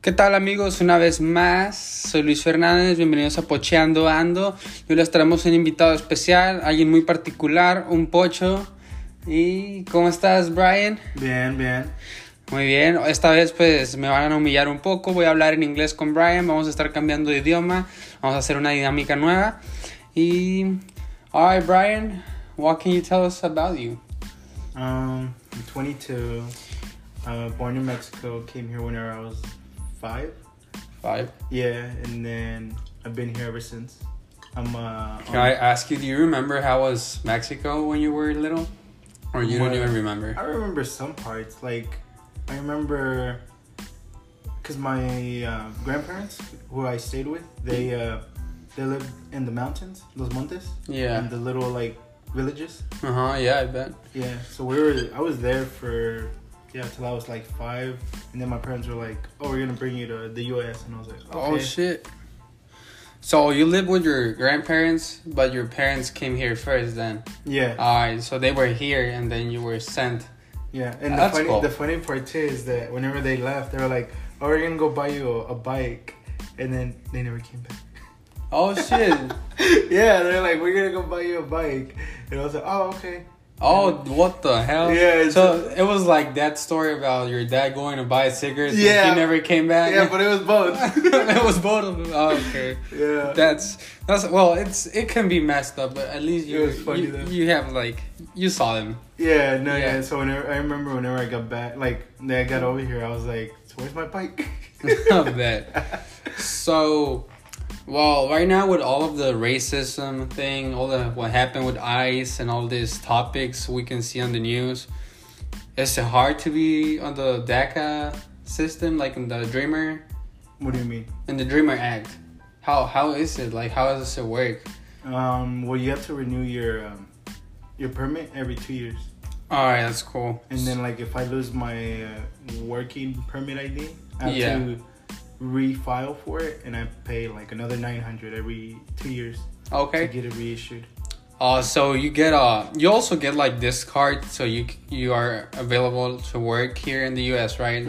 ¿Qué tal amigos? Una vez más, soy Luis Fernández, bienvenidos a Pocheando Ando. Hoy les traemos un invitado especial, alguien muy particular, un pocho. ¿Y cómo estás, Brian? Bien, bien. Muy bien, esta vez pues me van a humillar un poco, voy a hablar en inglés con Brian, vamos a estar cambiando de idioma, vamos a hacer una dinámica nueva. Y... Alright, Brian, what can you tell us about you? Um, I'm 22. Uh, born in Mexico. Came here whenever I was five. Five. Yeah, and then I've been here ever since. I'm uh. Can I ask you, do you remember how was Mexico when you were little? Or you don't Well, even remember? I remember some parts. Like, I remember because my uh, grandparents, who I stayed with, they uh, they lived in the mountains, Los Montes, Yeah. and the little like villages. Uh huh, yeah, I bet. Yeah, so we were. I was there for yeah till I was like five, and then my parents were like, "Oh, we're gonna bring you to the U.S." And I was like, okay. Oh shit. So you lived with your grandparents, but your parents came here first then. Yeah, Alright, so they were here and then you were sent. yeah. And the That's funny, cool. the funny part too is that whenever they left, they were like, "Oh, we're gonna go buy you a, a bike," and then they never came back. Oh shit. yeah, they're like, "We're gonna go buy you a bike," and I was like, "Oh, okay." oh, what the hell? Yeah, it's- So it was like that story about your dad going to buy cigarettes and Yeah. he never came back. Yeah, but it was both. it was both of them. Oh, okay. yeah. That's that's well, it's it can be messed up, but at least you It was funny you, though. you have like you saw them. Yeah, no, Yeah. yeah. So whenever I remember whenever I got back, like when I got over here, I was like, so "Where's my bike?" I bet. So, well, right now with all of the racism thing, all the what happened with ICE and all these topics we can see on the news, is it hard to be on the DACA system, like in the Dreamer, What do you mean? in the Dreamer Act? How how is it like? How does it work? Um, well, you have to renew your um, your permit every two years, All right, that's cool. and then like if I lose my uh, working permit ID, I have Yeah. to refile for it, and I pay like another nine hundred every two years okay. to get it reissued. Uh, so you get uh, you also get like this card, so you c- you are available to work here in the U.S. Right?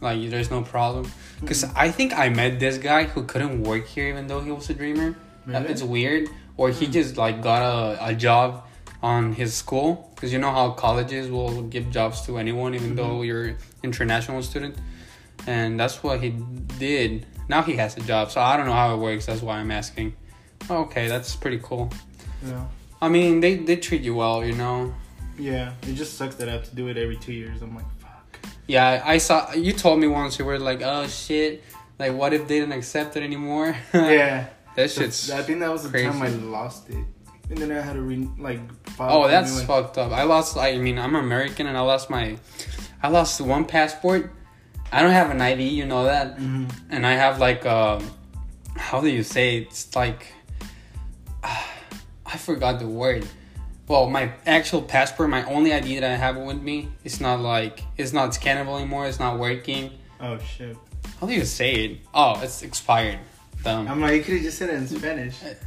Like there's no problem. because I think I met this guy who couldn't work here even though he was a dreamer. Uh, Really? It's weird, or he just like got a, a job on his school because you know how colleges will give jobs to anyone even though you're international student, and that's what he did. Now he has a job, so I don't know how it works. That's why I'm asking. Okay, that's pretty cool. You know? I mean, they they treat you well, you know. Yeah, it just sucks that I have to do it every two years. I'm like, fuck. Yeah, I saw you told me once you were like, "Oh shit, like what if they didn't accept it anymore?" Yeah, that So shit's. I think that was the time I crazy. lost it, and then I had to re like. File oh, for a that's new one. fucked up. I lost. I mean, I'm American and I lost my, I lost one passport. I don't have an ID, you know that, Mhm. and I have like, um, how do you say? it? It's like, I forgot the word. Well, my actual passport, my only ID that I have with me, it's not like it's not scannable anymore. It's not working. Oh shit. How do you say it? Oh, it's expired. Dumb. I'm like, you could have just said it in Spanish.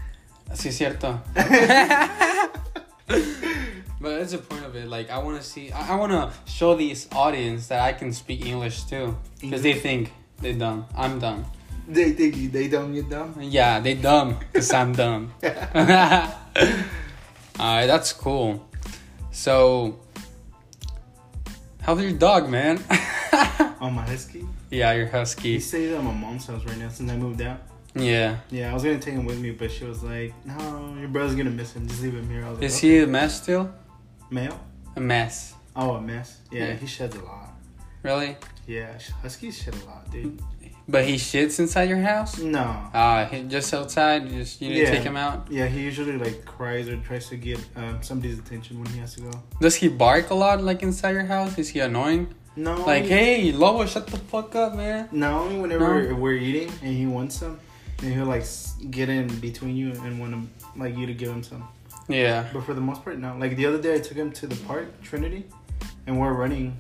Sí, cierto. but that's the point of it. Like, I want to see, I, I want to show this audience that I can speak English too. Because they think they dumb. I'm dumb. They think you, they dumb, you dumb. Yeah, they dumb because I'm dumb. Alright, that's cool. So, how's your dog, man? On Oh, my husky. yeah, your He husky. stays at my mom's house right now since I moved out. Yeah. Yeah, I was gonna take him with me, but she was like, "No, your brother's gonna miss him. Just leave him here." I was like, Is okay. he a mess still? male? A mess. Oh, a mess. Yeah, Yeah. he sheds a lot. Really? Yeah, sh- huskies shed a lot, dude. But he shits inside your house? No. Uh, he- just outside? You, just, you didn't Yeah. take him out? Yeah, he usually like cries or tries to get um, somebody's attention when he has to go. Does he bark a lot, like inside your house? Is he annoying? No. Like, hey, Lobo, shut the fuck up, man. Not only whenever No? we're eating and he wants some, and he'll like s- get in between you and want him like you to give him some. Yeah. But for the most part, no. Like the other day, I took him to the park, Trinity, and we're running.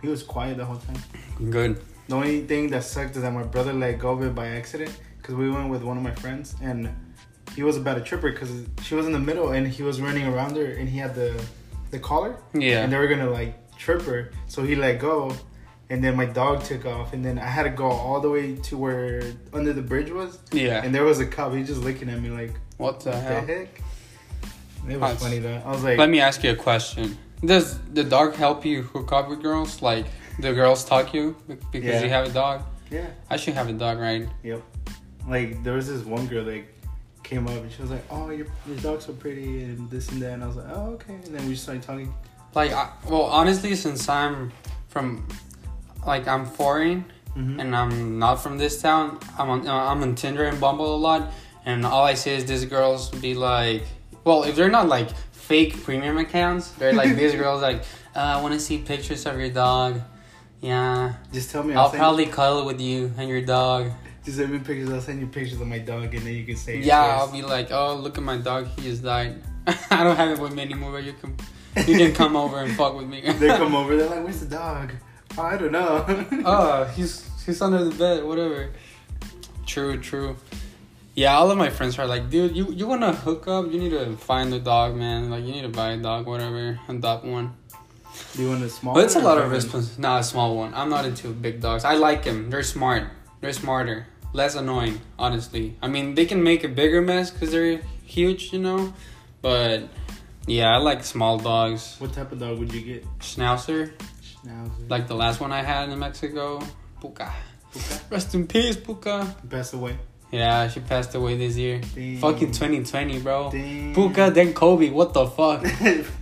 He was quiet the whole time. Good. The only thing that sucked is that my brother let go of it by accident because we went with one of my friends and he was about a tripper because she was in the middle and he was running around her and he had the the collar Yeah. and they were gonna like trip her, so he let go. and then my dog took off, and then I had to go all the way to where under the bridge was, Yeah. and there was a cop. He just looking at me like, What the "The hell? heck." It was Nice. funny though. I was like, Let me ask you a question. Does the dog help you hook up with girls? Like the girls talk you be- because Yeah. you have a dog? yeah, I should have a dog, right? yep. Like there was this one girl like came up and she was like, "Oh, your your dog's so pretty," and this and that, and I was like, "Oh, okay." And then we just started talking. Like, I, well, honestly, since I'm from, like, I'm foreign Mhm. and I'm not from this town, I'm on uh, I'm on Tinder and Bumble a lot, and all I see is these girls be like, well, if they're not like fake premium accounts, they're like these girls like, uh, I want to see pictures of your dog. Yeah, Just tell me. I'll send- probably cuddle with you and your dog. Just send me pictures. I'll send you pictures of my dog, and then you can say. Yeah, I'll be like, oh, look at my dog. He just died. I don't have it with me anymore. But you can you can come over and fuck with me. they come over. They're like, "Where's the dog?" "Oh, I don't know. Oh, he's he's under the bed, whatever. True, true. Yeah, all of my friends are like, dude, you, you wanna hook up? You need to find a dog, man. Like, you need to buy a dog, whatever, adopt one. Do you want a small? But it's a one or lot of big one? response. Nah, a small one. I'm not into big dogs. I like them. They're smart. They're smarter. Less annoying, honestly. I mean, they can make a bigger mess because they're huge, you know. But yeah, I like small dogs. What type of dog would you get? Schnauzer, Schnauzer. like the last one I had in Mexico. Puka. Okay. Rest in peace, Puka. Best away. Yeah, she passed away this year. Damn. Fucking 2020, bro. Damn. Puka, then Kobe. What the fuck?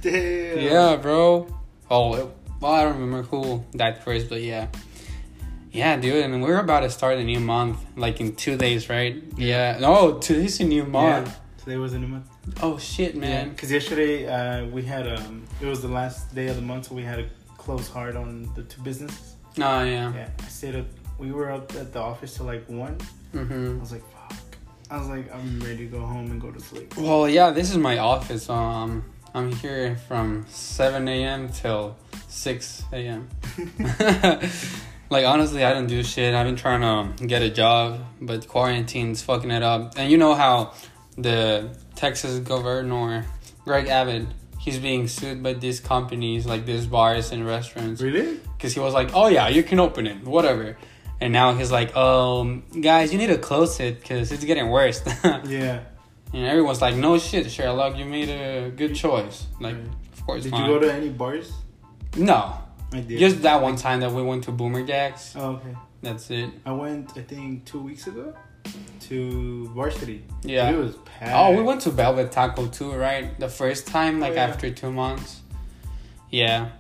Damn. yeah, bro. Oh, it, well, I don't remember who died first, but yeah. Yeah, dude, and we're about to start a new month, like in two days, right? Yeah. No, today's a new Yeah. month. Today was a new month. Oh, shit, man. Because yesterday uh, we had um, it was the last day of the month, so we had a close hard on the two businesses. Oh, yeah. Yeah. I stayed up. We were up at the office till like one. I hmm was like, fuck. I was like, I'm ready to go home and go to sleep. Well, yeah, this is my office. Um, I'm here from 7 a.m. till 6 a.m. like honestly, I don't do shit. I've been trying to get a job, but quarantine's fucking it up. And you know how the Texas governor Greg Abbott, he's being sued by these companies like these bars and restaurants Really? because he was like, "Oh yeah, you can open it, whatever." And now he's like, "Um, guys, you need to close it because it's getting worse." and Yeah. everyone's like, "No shit, Sherlock, you made a good choice." Like, Right. of course. Did fine. you go to any bars? No, I did. just that one time that we went to Boomer Gags. Oh, okay. That's it. I went, I think, two weeks ago to Varsity. Yeah. It was packed. Oh, we went to Velvet Taco too, right? The first time, like Oh, yeah. after two months. Yeah.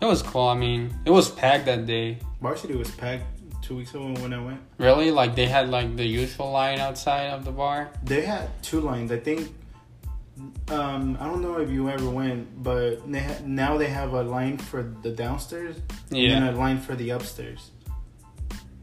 It was cool. I mean, it was packed that day. Varsity was packed two weeks ago when I went. Really? Like, they had, like, the usual line outside of the bar? They had two lines. I think. Um, I don't know if you ever went, but they ha- now they have a line for the downstairs and Yeah. then a line for the upstairs.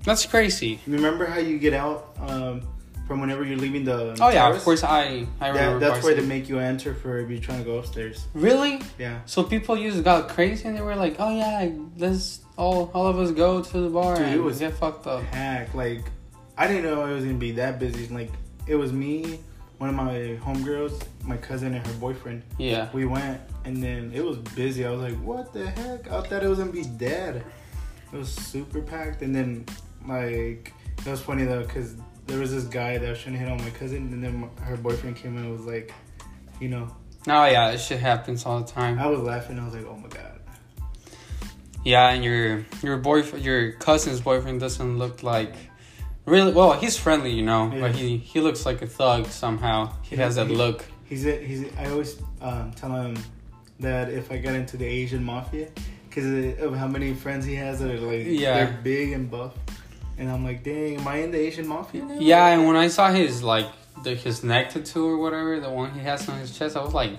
That's crazy. Remember how you get out um, from whenever you're leaving the? Oh, yeah, of terrace? course, I, I That, remember. that's where varsity. they make you enter for if you're trying to go upstairs. Really? Yeah. So people just got crazy and they were like, oh, yeah, let's all, all of us go to the bar Dude, it and was- get fucked up. Heck, like I didn't know it was gonna be that busy. Like it was me, one of my homegirls, my cousin, and her boyfriend. Yeah. We went, and then it was busy. I was like, "What the heck?" I thought it was gonna be dead. It was super packed, and then like it was funny though, cause there was this guy that was trying to hit on my cousin, and then her boyfriend came in and was like, you know, Oh, yeah, it shit happens all the time. I was laughing. I was like, "Oh my god." Yeah, and your your boyfriend, your cousin's boyfriend doesn't look like really. Well, he's friendly, you know, Yeah. but he he looks like a thug somehow. He has that He- look. He's a, he's. A, I always um, tell him that if I got into the Asian mafia, because of how many friends he has that are like Yeah. they're big and buff, and I'm like, dang, am I in the Asian mafia? Now? Yeah, and when I saw his like the, his neck tattoo or whatever, the one he has on his chest, I was like,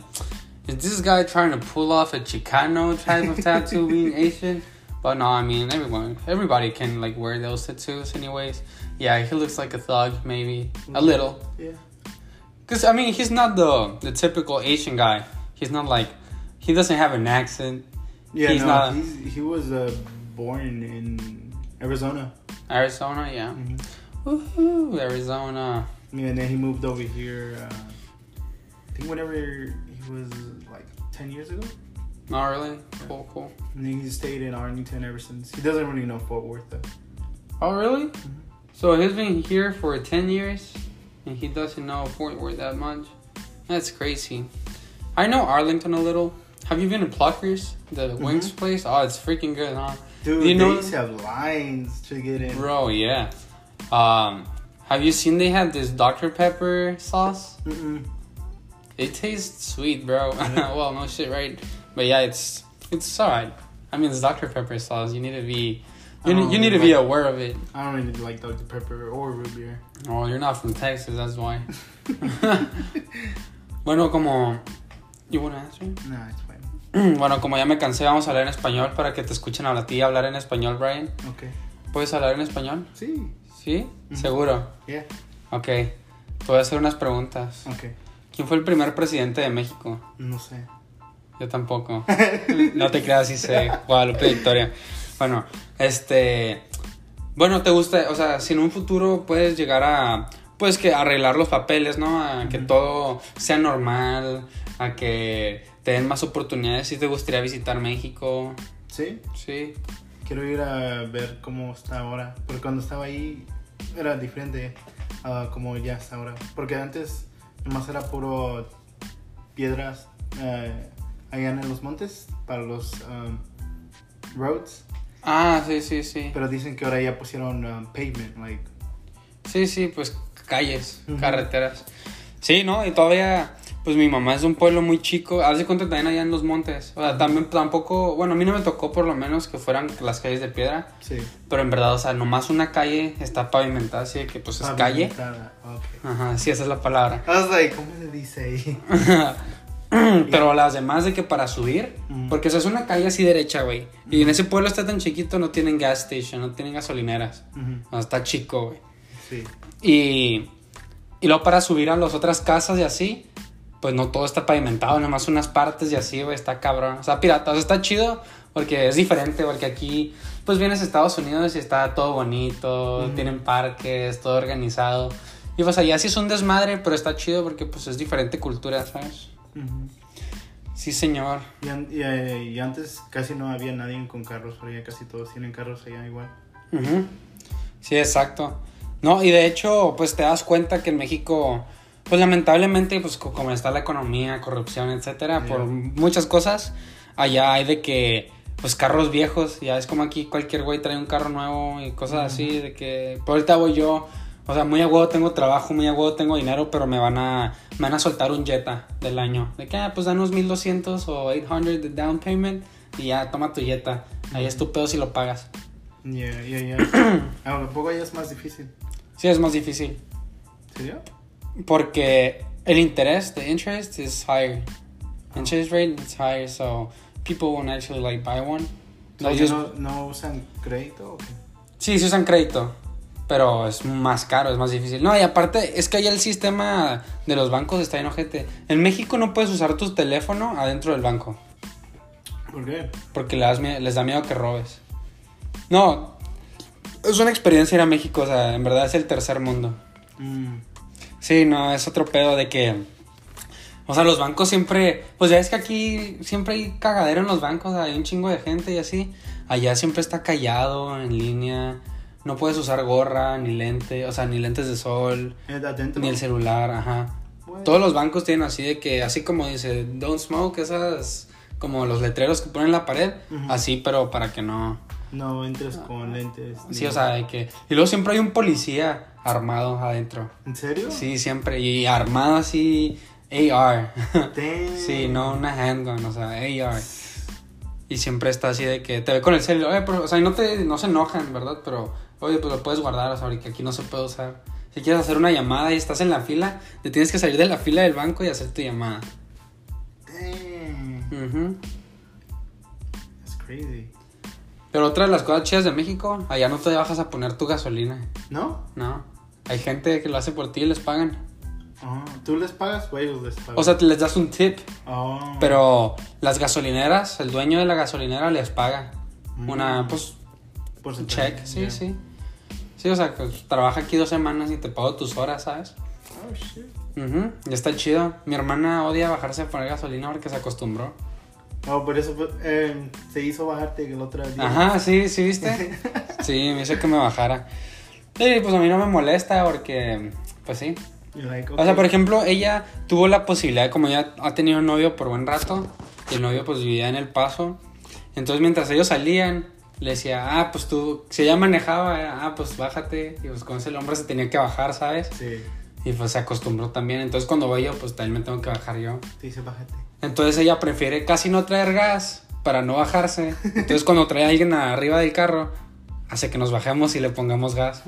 is this guy trying to pull off a Chicano type of tattoo being Asian? But no, I mean everyone, everybody can like wear those tattoos anyways. Yeah, he looks like a thug, maybe a little. yeah. Cause I mean, he's not the the typical Asian guy. He's not like he doesn't have an accent. Yeah, He's no, not- he's, he was uh, born in Arizona. Arizona, yeah. hmm Woohoo, Arizona. Yeah, and then he moved over here. Uh, I think whenever he was like ten years ago. Not really. Cool, cool. And then he stayed in Arlington ever since. He doesn't really know Fort Worth though. Oh, really? So he's been here for 10 years and he doesn't know Fort Worth that much? That's crazy. I know Arlington a little. Have you been to Pluckers, the wings place? Oh, it's freaking good, huh? Mm-hmm. Dude, You they know- used to have lines to get in. Bro, yeah. Um, have you seen they have this Dr. Pepper sauce? Mm-mm. It tastes sweet, bro. Yeah. well, no shit, right? But yeah, it's it's alright. I mean, it's Dr. Pepper sauce. You need to be you, Um, you need to be like- aware of it. I don't even like Dr Pepper or root beer. Oh, you're not from Texas, that's why. bueno, como you wanna answer? Nah, it's fine. bueno, como ya me cansé, vamos a hablar en español para que te escuchen a ti hablar en español, Brian. Okay. ¿Puedes hablar en español? See. Sí, seguro. Yeah. Ok. Te voy a hacer unas preguntas. Okay. ¿Quién fue el primer presidente de México? No sé. Yo tampoco. No te creas si sé. Guadalupe Victoria. Bueno, este. Bueno, te gusta, o sea, si en un futuro puedes llegar a. Pues que arreglar los papeles, ¿no? A que todo sea normal, a que te den más oportunidades. Si te gustaría visitar México, Sí. sí. Quiero ir a ver cómo está ahora. Porque cuando estaba ahí era diferente a como ya está ahora. Porque antes nomás era puro piedras eh, allá en los montes para los um, roads. Ah, sí, sí, sí. Pero dicen que ahora ya pusieron um, pavement. Like, Sí, sí, pues calles, Ujú. carreteras. Sí, ¿no? Y todavía, pues mi mamá es de un pueblo muy chico. Haz de cuenta también allá en los montes. O sea, también tampoco, bueno, a mí no me tocó por lo menos que fueran las calles de piedra. sí. Pero en verdad, o sea, nomás una calle está pavimentada, así de que pues es calle. Pavimentada, Okay. Ajá, sí, esa es la palabra. I was like, ¿cómo se dice ahí? Pero las demás de que para subir, Ujú. porque o sea, es una calle así derecha, güey. Y en ese pueblo está tan chiquito, no tienen gas station, no tienen gasolineras. Ujú, O sea, está chico, güey. Sí. Y, y luego para subir a las otras casas y así, pues no todo está pavimentado, nada más unas partes y así, güey, está cabrón. O sea, pirata, o sea, está chido porque es diferente, porque aquí, pues vienes a Estados Unidos y está todo bonito, Ujú. tienen parques, todo organizado. Y pues allá sí es un desmadre, pero está chido porque pues es diferente cultura, ¿sabes? Ujú. Sí, señor. Y, an- y, eh, y antes casi no había nadie con carros, pero ya casi todos tienen carros allá igual. Ujú. Sí, exacto. No, y de hecho, pues te das cuenta que en México, pues lamentablemente, pues co- como está la economía, corrupción, etcétera, Ya. por muchas cosas, allá hay de que, pues carros viejos, ya es como aquí cualquier güey trae un carro nuevo y cosas así, de que, por ahorita voy yo, o sea, muy a huevo tengo trabajo, muy a huevo tengo dinero, pero me van a, me van a soltar un Jetta del año, de que, ah, pues danos 1200 o 800 de down payment y ya, toma tu Jetta, ahí es tu pedo si lo pagas. Yeah, yeah, yeah. Ahora, poco ya es más difícil. Sí, es más difícil. ¿Serio? Porque el interés, the interest is higher. Interest rate is higher, so people won't actually like buy one. No, They'll just- no, no usan crédito o qué? Sí, sí usan crédito, pero es más caro, es más difícil. No, y aparte es que allá el sistema de los bancos está en ojete. En México no puedes usar tu teléfono adentro del banco, ¿Por qué? porque les, les da miedo que robes. No, es una experiencia ir a México, o sea, en verdad es el tercer mundo. Mm, Sí, no, es otro pedo de que. O sea, los bancos siempre. Pues ya es que aquí siempre hay cagadero en los bancos, hay un chingo de gente y así. Allá siempre está callado, en línea. No puedes usar gorra, ni lente, o sea, ni lentes de sol, ¿Es adentro? ni el celular, ajá. Bueno, Todos los bancos tienen así de que, así como dice, don't smoke, esas. Como los letreros que ponen en la pared, Ujú. así, pero para que no. No entres con lentes. Sí, ni- o sea, de que. Y luego siempre hay un policía armado adentro. ¿En serio? Sí, siempre. Y armado así, AR. Damn. sí, no una handgun, o sea, AR. Y siempre está así de que te ve con el celular. Oye, pero, o sea, y no, te, no se enojan, ¿verdad? Pero, oye, pues lo puedes guardar, o sea, ahorita aquí no se puede usar. Si quieres hacer una llamada y estás en la fila, te tienes que salir de la fila del banco y hacer tu llamada. Damn. Ujú. That's crazy. Pero otra de las cosas chidas de México, allá no te bajas a poner tu gasolina, ¿No? ¿no? Hay gente que lo hace por ti y les pagan. Ah, ¿Tú les pagas o ellos les pagan? O sea, te les das un tip. Oh. Pero las gasolineras, el dueño de la gasolinera les paga una, Mm. pues, Por un sentado, check. Sí, yeah. sí. Sí, o sea, que trabaja aquí dos semanas y te pago tus horas, ¿sabes? Oh, shit. Ujú, Ya está chido. Mi hermana odia bajarse a poner gasolina porque se acostumbró. No, pero Oh, eso fue, eh, se hizo bajarte el otro día. Ajá, sí, sí, viste. Sí, me hizo que me bajara. Y pues a mí no me molesta porque, pues sí. You're like, O sea, okay. por ejemplo, ella tuvo la posibilidad, como ya ha tenido novio por buen rato, y el novio pues vivía en El Paso. Entonces mientras ellos salían, le decía, ah, pues tú, si ella manejaba, era, ah, pues bájate. Y pues con ese hombre se tenía que bajar, ¿sabes? Sí, Y pues se acostumbró también. Entonces cuando voy yo, pues también me tengo que bajar yo. te dice bájate. Entonces ella prefiere casi no traer gas para no bajarse. Entonces cuando trae a alguien arriba del carro, hace que nos bajemos y le pongamos gas.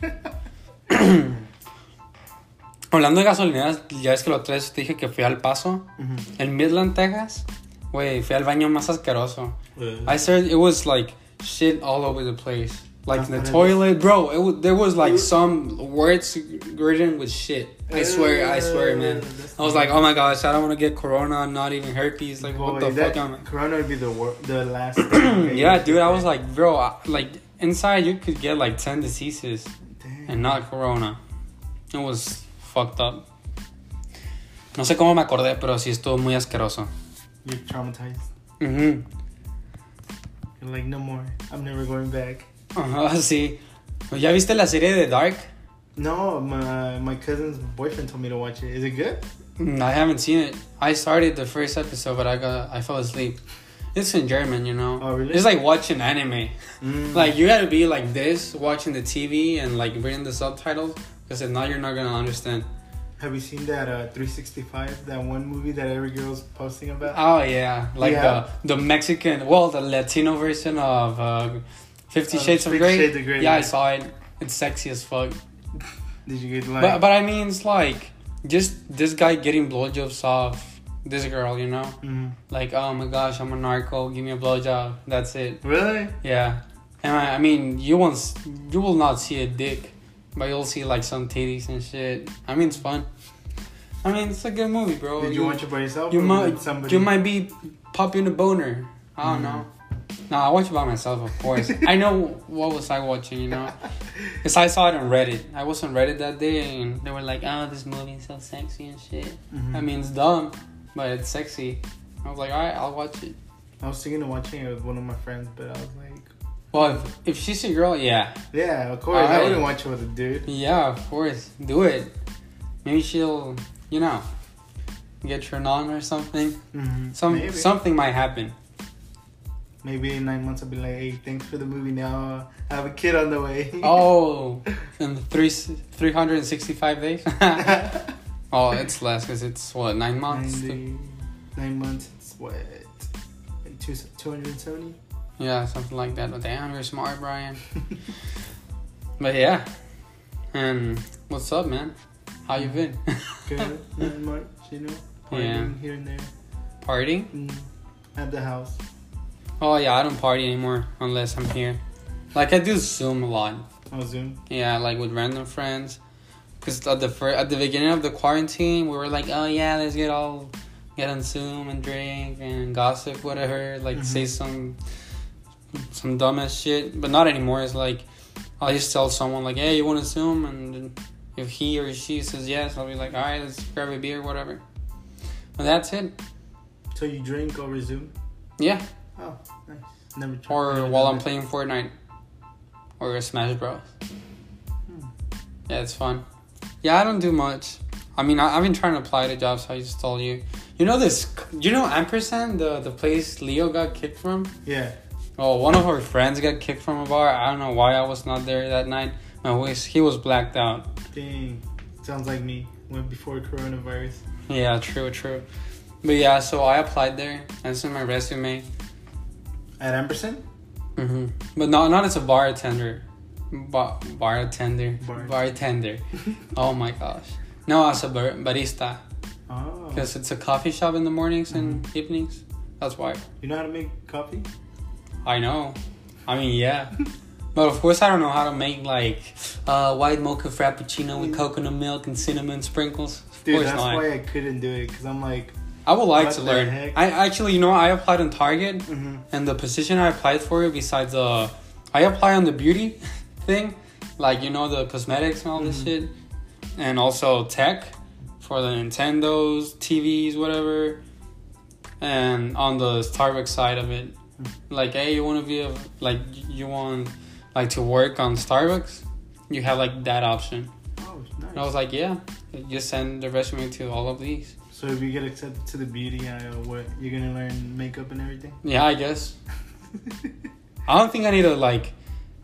Hablando de gasolineras, ya ves que lo tres te dije que fui al paso. En Midland, Texas, güey, fui al baño más asqueroso. I said it was like shit all over the place. Like the toilet, bro, it wa- there was like some words written with shit. I swear, I swear, man. I was like, oh my gosh, I don't want to get corona, not even herpes. Like, what the fuck? am I- Corona would be the wor- the last. thing. Yeah, dude, I was like, bro, I, like inside you could get like ten diseases Damn. and not corona. It was fucked up. No sé cómo me acordé, pero sí estuvo muy asqueroso. You're traumatized. Mhm. You're like, no more. I'm never going back. Ajá, sí. ¿Ya viste la serie de Dark? No, my my cousin's boyfriend told me to watch it. Is it good? Mm, I haven't seen it. I started the first episode, but I got I fell asleep. It's in German, you know. Oh, really? It's like watching anime. Mm. Like you gotta be like this, watching the TV and like reading the subtitles, because if not, you're not gonna understand. Have you seen that uh, 365? That one movie that every girl's posting about? Oh yeah, like Yeah. the the Mexican, well, the Latino version of uh, Fifty Uh, Shades of 50 Grey. Shades of Grey, Oh, Yeah, I yeah. saw it. It's sexy as fuck. Did you get like? But but I mean, it's like just this guy getting blowjobs off this girl, you know. Mhm. Like, oh my gosh, I'm a narco. Give me a blowjob. That's it. Really? Yeah, and I, I mean, you won't, s- you will not see a dick, but you'll see like some titties and shit. I mean, it's fun. I mean, it's a good movie, bro. Did you, watch it by yourself? You or might, with somebody? you might be popping a boner. I don't Mhm. know. No, I watch it by myself, of course. I know what was I watching, you know, because I saw it on Reddit. I was on Reddit that day, and they were like, "Oh, this movie is so sexy and shit." Mhm. I mean, it's dumb, but it's sexy. I was like, "All right, I'll watch it." I was thinking of watching it with one of my friends, but I was like, Well, if, if she's a girl, yeah, yeah, of course. I Alright. wouldn't watch it with a dude. Yeah, of course. Do it. Maybe she'll, you know, get turned on or something. Mm-hmm. Some maybe. something might happen. maybe in nine months I'll be like, hey, thanks for the movie. Now I have a kid on the way. Oh, in three three hundred and sixty five days. oh, it's less because it's what nine months. Ninety- nine months. It's what? Like two two hundred and seventy. Yeah, something like that. But damn, you're smart, Brian. but yeah, and what's up, man? How you been? Good. Not much, you know. Partying here and there. Partying? Mm, at the house. Oh yeah, I don't party anymore unless I'm here. Like I do Zoom a lot. On Zoom. Yeah, like with random friends. Cause at the fir- at the beginning of the quarantine, we were like, oh yeah, let's get all get on Zoom and drink and gossip, whatever. Like Mhm. say some some dumbass shit, but not anymore. It's like I'll just tell someone like, hey, you want to Zoom? And if he or she says yes, I'll be like, all right, let's grab a beer, whatever. But that's it. So you drink over Zoom? Yeah. Oh, nice. Never tried. Or never while done I'm that. playing Fortnite or Smash Bros. Hmm. Yeah, it's fun. Yeah, I don't do much. I mean, I, I've been trying to apply to jobs. I just told you. You know this? You know Ampersand, the the place Leo got kicked from. Yeah. Oh, one of her friends got kicked from a bar. I don't know why I was not there that night. No, he was- he was blacked out. Dang. Sounds like me. Went before coronavirus. Yeah, true, true. But yeah, so I applied there. I sent my resume. At Emerson? hmm But not not as a bartender, ba- bartender, Bar- bartender. oh my gosh! No, as a bar- barista, Oh. because it's a coffee shop in the mornings and Mm-hmm. evenings. That's why You know how to make coffee? I know. I mean, yeah. But of course, I don't know how to make like uh, white mocha frappuccino with coconut milk and cinnamon sprinkles. Of Mm-hmm. Dude, course that's not. why I couldn't do it because I'm like, I would like What to the learn. heck? I actually, you know, I applied on Target, Mhm. and the position I applied for, besides uh, I apply on the beauty thing, like you know the cosmetics and all this shit, and also tech for the Nintendos, TVs, whatever, and on the Starbucks side of it, like, hey, you want to be a, like, you want like to work on Starbucks, you have like that option. Oh, nice. And I was like, yeah, just send the resume to all of these. so if you get accepted to the beauty aisle, what you're gonna learn makeup and everything? Yeah, I guess. I don't think I need to like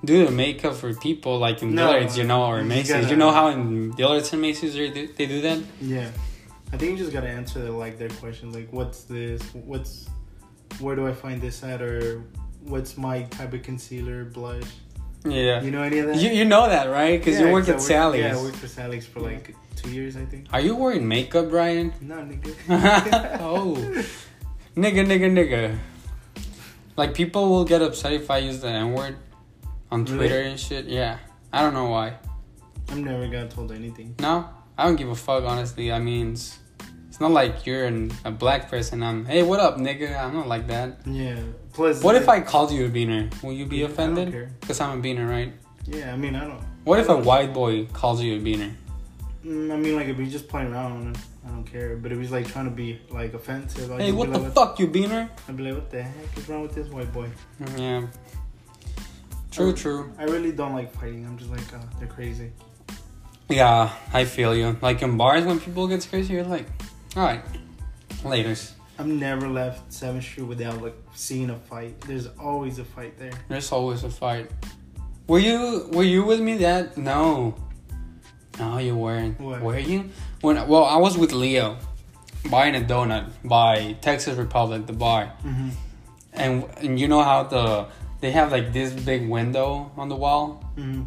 do the makeup for people like in No, Dillard's, you know, or you Macy's. gotta- You know how in Dillard's and Macy's they do- they do that. yeah, I think you just gotta answer like their questions, like what's this, what's, where do I find this at, or what's my type of concealer, blush? Yeah, You know any of that? you you know that right? Because Yeah, you work 'cause I at Sally's. Yeah, I worked for Sally's for like two years, I think. Are you wearing makeup, Brian? No, nigga. oh, nigga, nigga, nigga. Like people will get upset if I use the N word on Really? Twitter and shit. Yeah, I don't know why. I've never got told anything. No, I don't give a fuck. Honestly, I mean, it's, it's not like you're an, a black person. I'm hey, what up, nigga? I'm not like that. Yeah. Plus, What it- if I called you a beaner? Will you be Yeah, I don't offended? care. Because I'm a beaner, right? Yeah, I mean, I don't. What if a white boy calls you a beaner? Mm, I mean, like if he's just playing around, I don't care. But if he's like trying to be like offensive, I'd Hey, just what be the like, fuck, you beaner? I'd be like, what the heck is wrong with this white boy? Yeah. True, Oh. true. I really don't like fighting. I'm just like, oh, they're crazy. Yeah, I feel you. Like in bars, when people get crazy, you're like, all right, laters. I've never left Seventh Street without like seeing a fight. There's always a fight there. There's always a fight. Were you were you with me that? No, no, you weren't. What? Were you? When well, I was with Leo, buying a donut by Texas Republic, the bar, Mm-hmm. and and you know how the they have like this big window on the wall, Mm-hmm.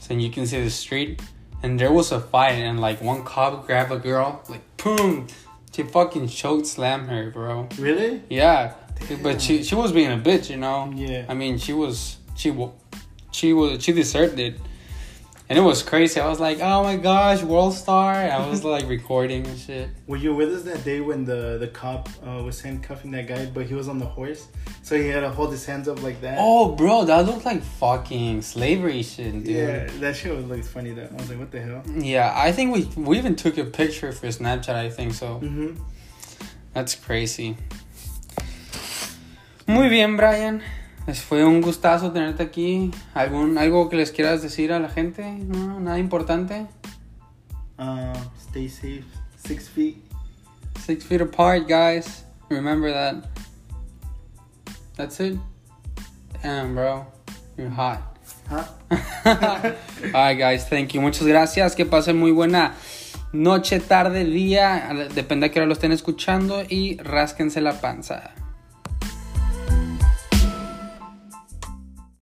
so you can see the street. And there was a fight, and like one cop grabbed a girl, like boom, she fucking choked slam her, bro. Really? Yeah, but she she was being a bitch, you know. Yeah. I mean, she was she wa- she was she deserved it, and it was crazy. I was like, oh my gosh, world star. I was like recording and shit. Were you with us that day when the the cop uh, was handcuffing that guy, but he was on the horse, so he had to hold his hands up like that? Oh, bro, that looked like fucking slavery shit, yeah, dude. that shit was like funny. Though I was like, what the hell? Yeah. I think we we even took a picture for Snapchat. I think so. Mm-hmm. That's crazy. Muy bien, Brian. Pues fue un gustazo tenerte aquí. ¿Algún, ¿Algo que les quieras decir a la gente? ¿No? ¿Nada importante? Uh, stay safe. Six feet. Six feet apart, guys. Remember that. That's it. Damn, bro. You're hot. Huh? Alright, guys. Thank you. Muchas gracias. Que pasen muy buena noche, tarde, día. Depende a qué hora lo estén escuchando. Y rásquense la panza.